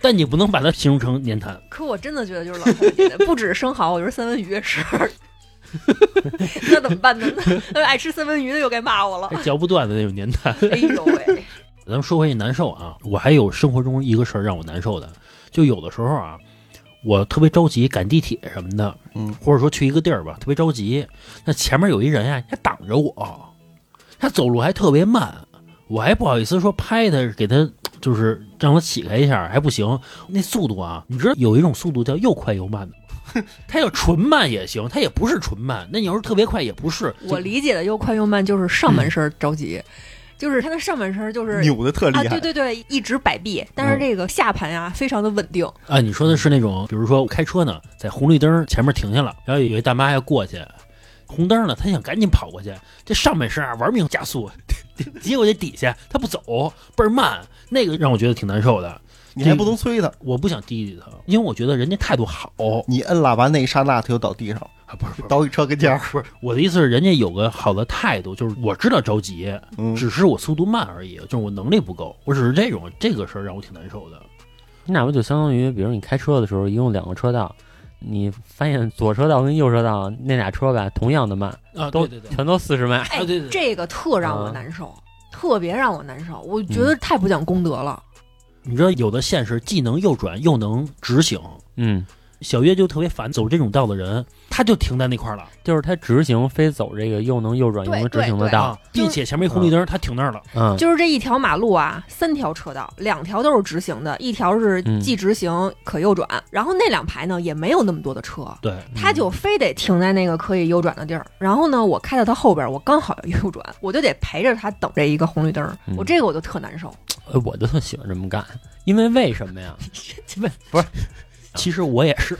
但你不能把它形容成年痰。可我真的觉得就是老太太的，不只是生蚝，我觉得三文鱼也是。 那怎么办呢？那那爱吃三文鱼的又该骂我了。还哎嚼不断的那种年痰。哎呦喂，咱们说回难受啊，我还有生活中一个事儿让我难受的，就有的时候啊，我特别着急赶地铁什么的，嗯，或者说去一个地儿吧，特别着急，那前面有一人呀、他挡着我，他走路还特别慢，我还不好意思说拍他，给他就是让他起开一下，还不行，那速度啊，你知道有一种速度叫又快又慢的吗？他要纯慢也行，他也不是纯慢，那你要是特别快也不是， 我理解的又快又慢就是上半身着急，就是他的上半身就是扭的特厉啊，害，对对对，一直摆臂，但是这个下盘呀、非常的稳定。啊，你说的是那种，比如说我开车呢，在红绿灯前面停下了，然后有一大妈要过去，红灯了，他想赶紧跑过去，这上半身啊玩命加速， 结果这底下他不走，倍儿慢，那个让我觉得挺难受的。你还不能催他，我不想滴滴他，因为我觉得人家态度好你摁喇叭那一刹那他就倒地上了，啊，不是不是倒一车跟前儿。不是，我的意思是人家有个好的态度，就是我知道着急，嗯，只是我速度慢而已，就是我能力不够，我只是这种这个事儿让我挺难受的。你那不就相当于，比如你开车的时候，一共两个车道，你发现左车道跟右车道那俩车吧，同样的慢，啊，都对对对，全都四十迈。啊对对嗯对，哎这个特让我难受，特别让我难受，我觉得太不讲公德了。你知道有的线是既能右转又能直行，嗯，小月就特别烦走这种道的人，他就停在那块儿了就是它直行非走这个又能右转又能直行的道。啊，就并是且前面一红绿灯，他停那儿了。嗯，就是这一条马路啊，三条车道，两条都是直行的，一条是嗯既直行可右转，然后那两排呢也没有那么多的车，对，他就非得停在那个可以右转的地儿。然后呢，我开到他后边，我刚好要右转，我就得陪着他等这一个红绿灯儿嗯，我这个我就特难受。哎我就特喜欢这么干，因为为什么呀？其实我也是，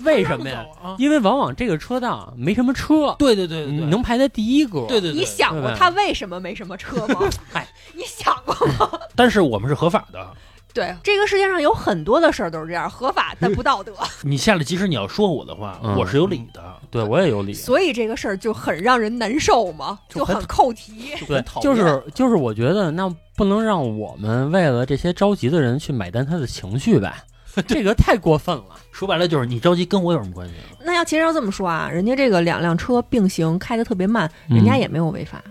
为什么呀？啊？因为往往这个车道没什么车， 对对对对，你对能排在第一格。对对对，你想过对吧他为什么没什么车吗？嗨，你想过嗯吗？但是我们是合法的。 对，这个世界上有很多的事儿都是这样，合法但不道德，你下来，即使你要说我的话，嗯我是有理的。对，我也有理。所以这个事儿就很让人难受嘛，就很扣题。对很讨，厌就是就是，我觉得那不能让我们为了这些着急的人去买单他的情绪吧，这个太过分了。说白了就是你着急跟我有什么关系啊？那要其实要这么说啊，人家这个两辆车并行开的特别慢，人家也没有违法。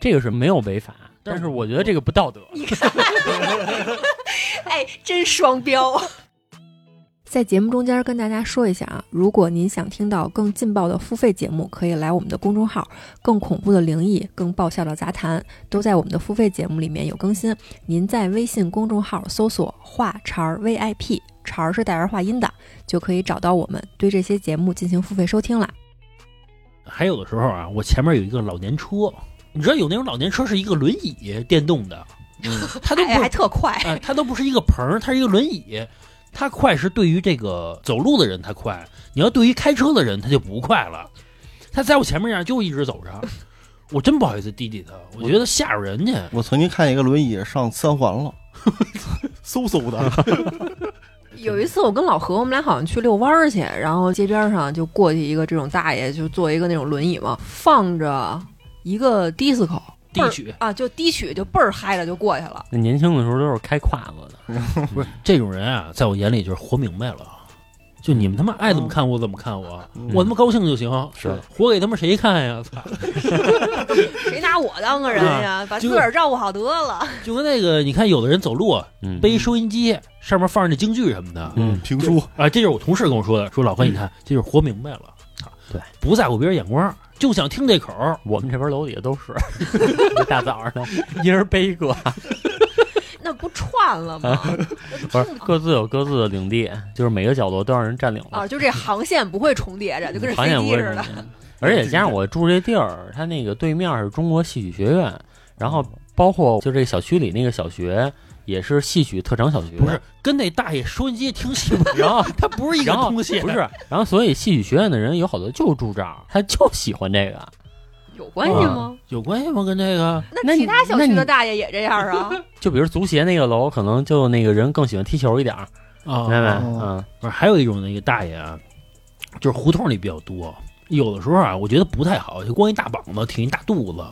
这个是没有违法，但是我觉得这个不道德。哎，真双标。 在节目中间跟大家说一下啊，如果您想听到更劲爆的付费节目，可以来我们的公众号“更恐怖的灵异”、“更爆笑的杂谈”，都在我们的付费节目里面有更新。您在微信公众号搜索“话茬儿 VIP”，茬儿是带儿化音的，就可以找到我们，对这些节目进行付费收听啦。还有的时候啊，我前面有一个老年车，你知道有那种老年车是一个轮椅电动的，嗯它都不是、特快，哎，它都不是一个棚儿，它是一个轮椅。它快是对于这个走路的人它快，你要对于开车的人它就不快了。它在我前面这样就一直走着，我真不好意思滴滴它，我觉得吓着人家。我曾经看一个轮椅上三环了， 嗖嗖的，有一次，我跟老何，我们俩好像去遛弯儿去，然后街边上就过去一个这种大爷，就坐一个那种轮椅嘛，放着一个 disco 低曲啊，就低曲就倍儿嗨了，就过去了。那年轻的时候都是开胯子的，这种人啊，在我眼里就是活明白了，就你们他妈爱怎么看我怎么看我，嗯我他妈高兴就行，嗯是活给他们谁看呀？操！谁拿我当个人啊呀？把自个儿照顾好得了。就跟那个，你看有的人走路啊嗯，背收音机，上面放着那京剧什么的，嗯评书啊，这就是我同事跟我说的，说老何，你看，这就是活明白了，啊对，不在乎别人眼光，就想听这口儿，我们这边楼底下都是， 大早上的， 一人背一个，那不串了吗？ 不是各自有各自的领地，就是每个角落都让人占领了啊，，就这航线不会重叠着，就跟这行飞业不机会似的。中间。而且加上我住这地儿，它那个对面是中国戏曲学院，然后包括就这小区里那个小学也是戏曲特长小学，不是跟那大爷收音机听戏 不一然样，后他不是一个然后东西，不是，然后所以戏曲学院的人有好多就住这儿，他就喜欢这个。有关啊系吗？有关系吗？跟这 个那那你其他小那区你的大爷也这样啊？就比如足协那个楼，可能就那个人更喜欢踢球一点儿，啊明白没？哦嗯，不是，还有一种那个大爷啊，就是胡同里比较多，有的时候啊，我觉得不太好，就光一大膀子挺一大肚子，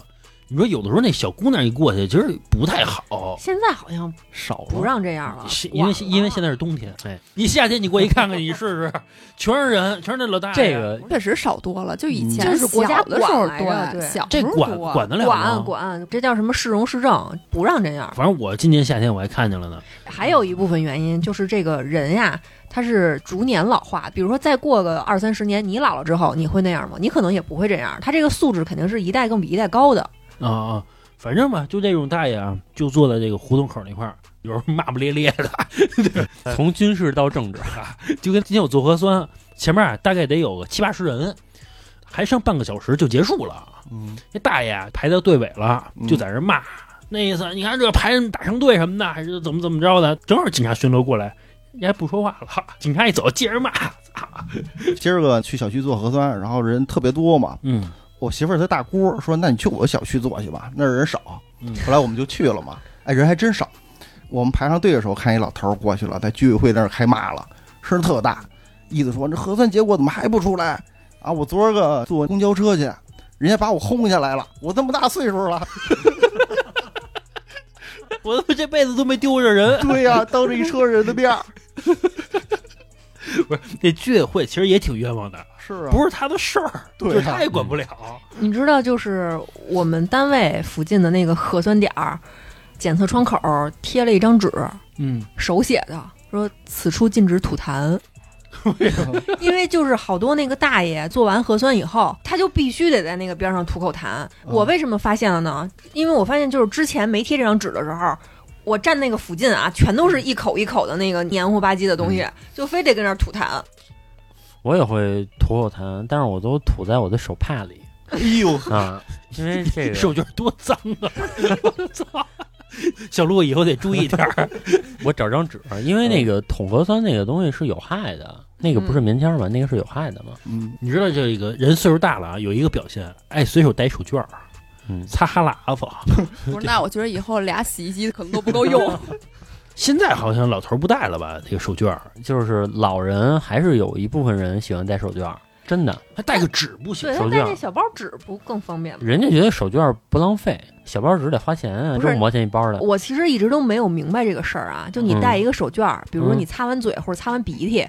你说有的时候那小姑娘一过去，其实不太好。 现在好像少了不让这样了是，因为因为现在是冬天，哎，你夏天你过去看看，你试试，全是人，全是那老大爷。这个 确实少多了，嗯就以前就是国家小的时候管来着多，对小这时候管多管得了吗？管管，这叫什么市容市政，不让这样。反正我今年夏天我还看见了呢，还有一部分原因就是这个人呀，他是逐年老化。比如说，再过个二三十年，你老了之后，你会那样吗？你可能也不会这样。他这个素质肯定是一代更比一代高的。啊啊，反正吧，就这种大爷啊，就坐在这个胡同口那块儿，有时候骂骂咧咧的， 从军事到政治，就跟今天我做核酸，前面啊大概得有个七八十人，还剩半个小时就结束了。嗯，那大爷啊排到队尾了，嗯就在那骂，那意思你看这排打成队什么的，还是 怎么怎么着的。正好警察巡逻过来，人家不说话了，警察一走接着骂，操今儿个去小区做核酸，然后人特别多嘛，嗯我媳妇儿她大姑说：“那你去我小区做去吧，那儿人少。嗯”后来我们就去了嘛，哎，人还真少。我们排上队的时候，看一老头儿过去了，在居委会那儿开骂了，声儿特大，意思说这核酸结果怎么还不出来啊？我昨儿个坐公交车去，人家把我轰下来了，我这么大岁数 了， 我他妈这辈子都没丢过这人。对呀、当着一车人的面儿， 这居委会其实也挺冤枉的，是啊，不是他的事儿，对啊就是他也管不了。嗯你知道，就是我们单位附近的那个核酸点儿检测窗口儿贴了一张纸，嗯，手写的，说此处禁止吐痰。 因为就是好多那个大爷做完核酸以后，他就必须得在那个边上吐口痰。哦我为什么发现了呢？因为我发现就是之前没贴这张纸的时候，我站那个附近啊，全都是一口一口的那个黏糊吧唧的东西，嗯就非得跟那儿吐痰。我也会吐口痰，但是我都吐在我的手帕 里哎呦，啊，因为这 个手绢多脏 啊！我操！小鹿以后得注意点 儿。我找张纸，因为那个捅核酸那个东西是有害的，那个不是棉签儿嘛，那个是有害的嘛。嗯，你知道这个人岁数大了啊，有一个表现，爱随手带手绢儿，嗯擦哈喇子。不是，那我觉得以后俩洗衣机可能都不够用。现在好像老头儿不戴了吧？这个手绢儿，就是老人还是有一部分人喜欢戴手绢儿，真的，还带个纸不行对，他手绢带那小包纸不更方便吗？人家觉得手绢儿不浪费，小包纸得花钱啊，不是这五毛钱一包的。 我其实一直都没有明白这个事儿啊，就你带嗯一个手绢儿，比如说嗯你擦完嘴或者擦完鼻涕，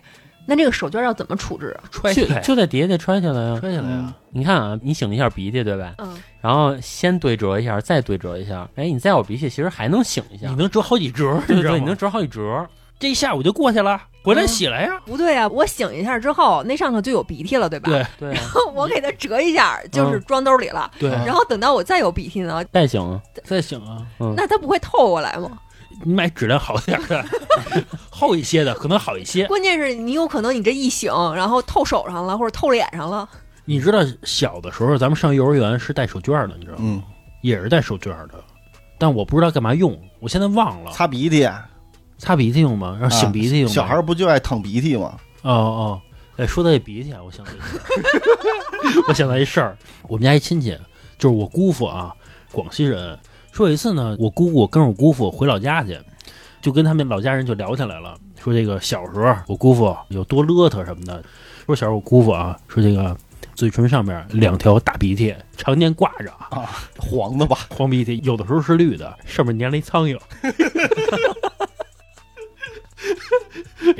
那这个手绢儿要怎么处置啊？揣起就来，就在底下得揣起来啊！揣起来啊！你看啊，你擤了一下鼻涕，对吧？嗯，然后先对折一下，再对折一下。哎，你再有鼻涕，其实还能擤一你下。能折好几折儿，对你知对，道你能吗？折好几折。这一下午就过去了，回来洗来呀。不对啊，我醒一下之后，那上头就有鼻涕了，对吧？对嗯对啊， 我给它折一下，就是装兜里了。对嗯然后等到我再有鼻涕呢，嗯带醒啊。再醒啊！那它不会透过来吗？你买质量好点儿的， 厚一些的可能好一些。关键是你有可能你这一醒，然后透手上了，或者透脸上了。你知道小的时候咱们上幼儿园是带手绢儿的，你知道吗？嗯，也是带手绢儿的，但我不知道干嘛用，我现在忘了。擦鼻涕，擦鼻涕用吗？然后擤鼻涕用吗、小孩儿不就爱淌鼻涕吗？哦哦，哎，说到这鼻涕啊，我想到一事儿 我想到一事儿，我们家一亲戚，就是我姑父啊，广西人。说有一次呢，我姑姑跟着我姑父回老家去，就跟他们老家人就聊起来了，说这个小时候我姑父有多邋遢什么的。说小时候我姑父啊，说这个嘴唇上面两条大鼻涕常年挂着，黄的吧？黄鼻涕，有的时候是绿的，上面粘了一苍蝇。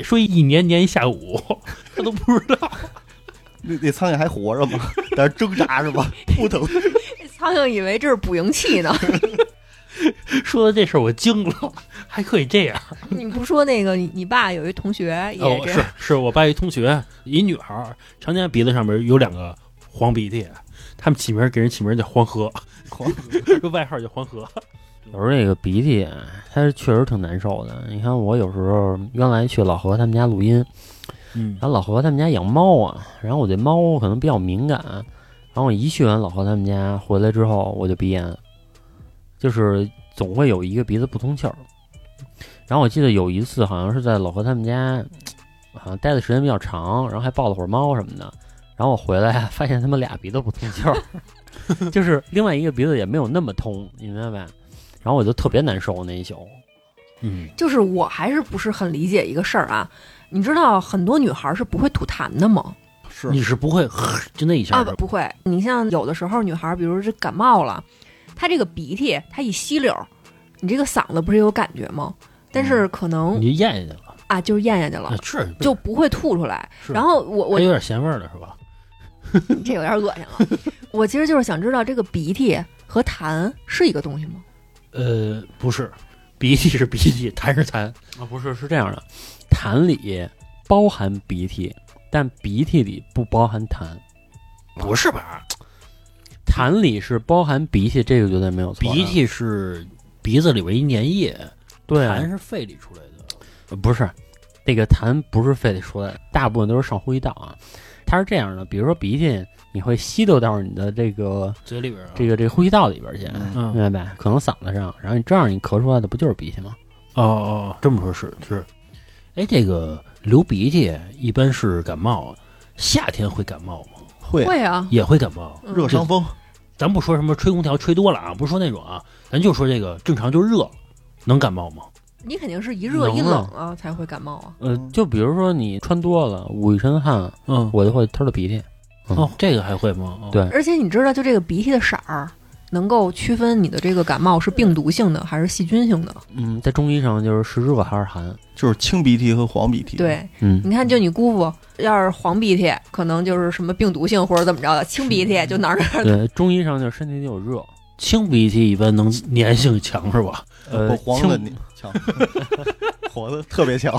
说一年粘一下午，他都不知道。那那苍蝇还活着吗？ 在那儿挣扎是吧？扑腾。这苍蝇以为这是捕蝇器 呢。说到这事儿，我惊了，还可以这样。你不说那个你你爸有一同学也哦，这样，是是，我爸一同学，一女孩儿，常年鼻子上面有两个黄鼻涕，他们起名儿给人起名儿叫 黄河，黄说外号叫黄河。有时候这个鼻涕啊，它是确实挺难受的。你看我有时候原来去老何他们家录音， 嗯然，后老何他们家养猫啊，然后我对猫可能比较敏感，然后我一去完老何他们家回来之后，我就鼻炎，就是总会有一个鼻子不通气儿。然后我记得有一次好像是在老何他们家，好像待的时间比较长，然后还抱了会儿猫什么的。然后我回来发现他们俩鼻子不通气儿， 就是另外一个鼻子也没有那么通，你明白吧？然后我就特别难受那一宿。嗯，就是我还是不是很理解一个事儿啊。你知道很多女孩是不会吐痰的吗？是你是不会 就那一下啊，儿不是吧，不会。你像有的时候女孩，比如这感冒了，她这个鼻涕，她一吸溜儿，你这个嗓子不是有感觉吗？但是可能、嗯你就咽下去了。啊，就是咽下去了啊，，是就不会吐出来。是哎然后我我还有点咸味儿了，是吧？ 这有点恶心了。我其实就是想知道这个鼻涕和痰是一个东西吗？呃，不是，鼻涕是鼻涕，痰是痰。啊，不是，是这样的，痰里包含鼻涕，但鼻涕里不包含痰，不是吧？痰里是包含鼻涕，这个绝对没有错的。 鼻涕是鼻子里边一粘液，对，痰是肺里出来的。呃不是，那个痰不是非得说的，大部分都是上呼吸道啊。它是这样的，比如说鼻涕，你会吸溜到你的这个嘴里边、啊、这个这个呼吸道里边去，嗯嗯，明白吧？可能嗓子上，然后你这样你咳出来的不就是鼻涕吗？哦哦，这么说是是。哎，这个流鼻涕一般是感冒，夏天会感冒吗？会啊会啊，也会感冒。嗯热伤风，咱不说什么吹空调吹多了啊，不是说那种啊，咱就说这个正常就热，能感冒吗？你肯定是一热能一啊冷啊才会感冒啊。呃，就比如说你穿多了，捂一身汗，嗯，我就会偷了鼻涕。哦，这个还会吗？哦对而且你知道，就这个鼻涕的色儿，能够区分你的这个感冒是病毒性的还是细菌性的。嗯，在中医上就是是热还是寒。就是青鼻涕和黄鼻涕。，对，嗯，你看，就你姑父要是黄鼻涕，可能就是什么病毒性或者怎么着的；青鼻涕就哪儿哪 儿。对，中医上就是身体里有热，清鼻涕一般能粘性强是吧？呃不黄的青你 强，火的特别强。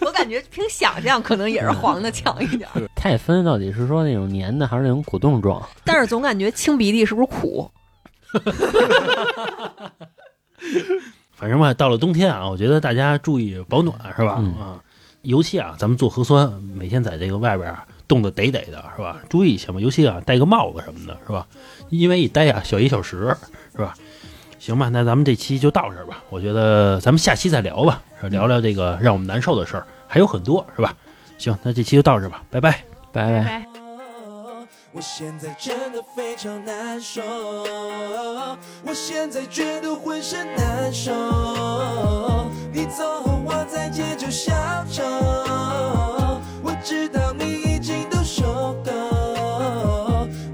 我感觉凭想象，可能也是黄的强一点儿，它也分到底是说那种黏的还是那种果冻状。但是总感觉青鼻涕是不是苦？反正吧，到了冬天啊，我觉得大家注意保暖是吧？嗯啊，尤其啊，咱们做核酸，每天在这个外边啊冻得得得的是吧？注意一下嘛，尤其啊，戴个帽子什么的是吧？因为一待啊，小一小时是吧？行吧，那咱们这期就到这儿吧。我觉得咱们下期再聊吧，是吧聊聊这个让我们难受的事儿，还有很多是吧？行，那这期就到这儿吧，拜拜。拜拜。我现在真的非常难受，我现在觉得浑身难受。你走后，我在街就消愁。我知道你已经都受够，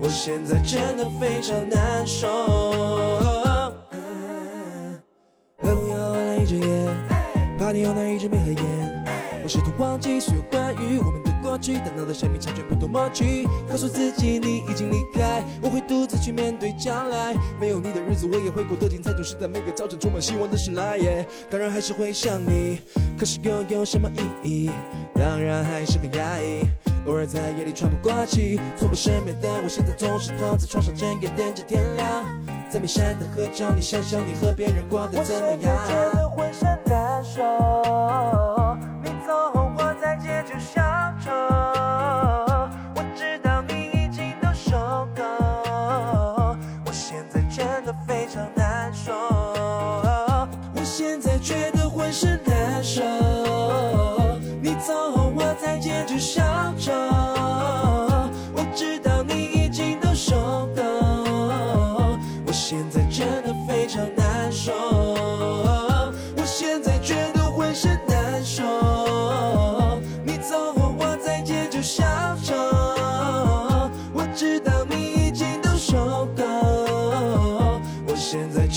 我现在真的非常难受。朋友来一支烟，Party on 那一支没合眼。我试图忘记所有关于我们的过去，但脑袋生命察觉不懂抹去。告诉自己你已经离开，我会独自去面对将来。没有你的日子我也会过得精彩，总是在每个早晨充满希望的醒来。耶，当然还是会想你，可是又有什么意义？当然还是很压抑。偶尔在夜里喘不过气，错过身边的我，现在总是躺在床上，睁眼等着天亮。在没山的河角，你想想你和别人过得怎么样？我觉得浑身难受，你走后我在街就消愁。我知道你已经都受够，我现在真的非常难受。我现在觉得浑身难受，你走后我在街就消愁。我知道你已经都受够，我现在真的非常难受。我现在觉得浑身难受，你走后我在街就消愁。我知道你已经都受够，我现在。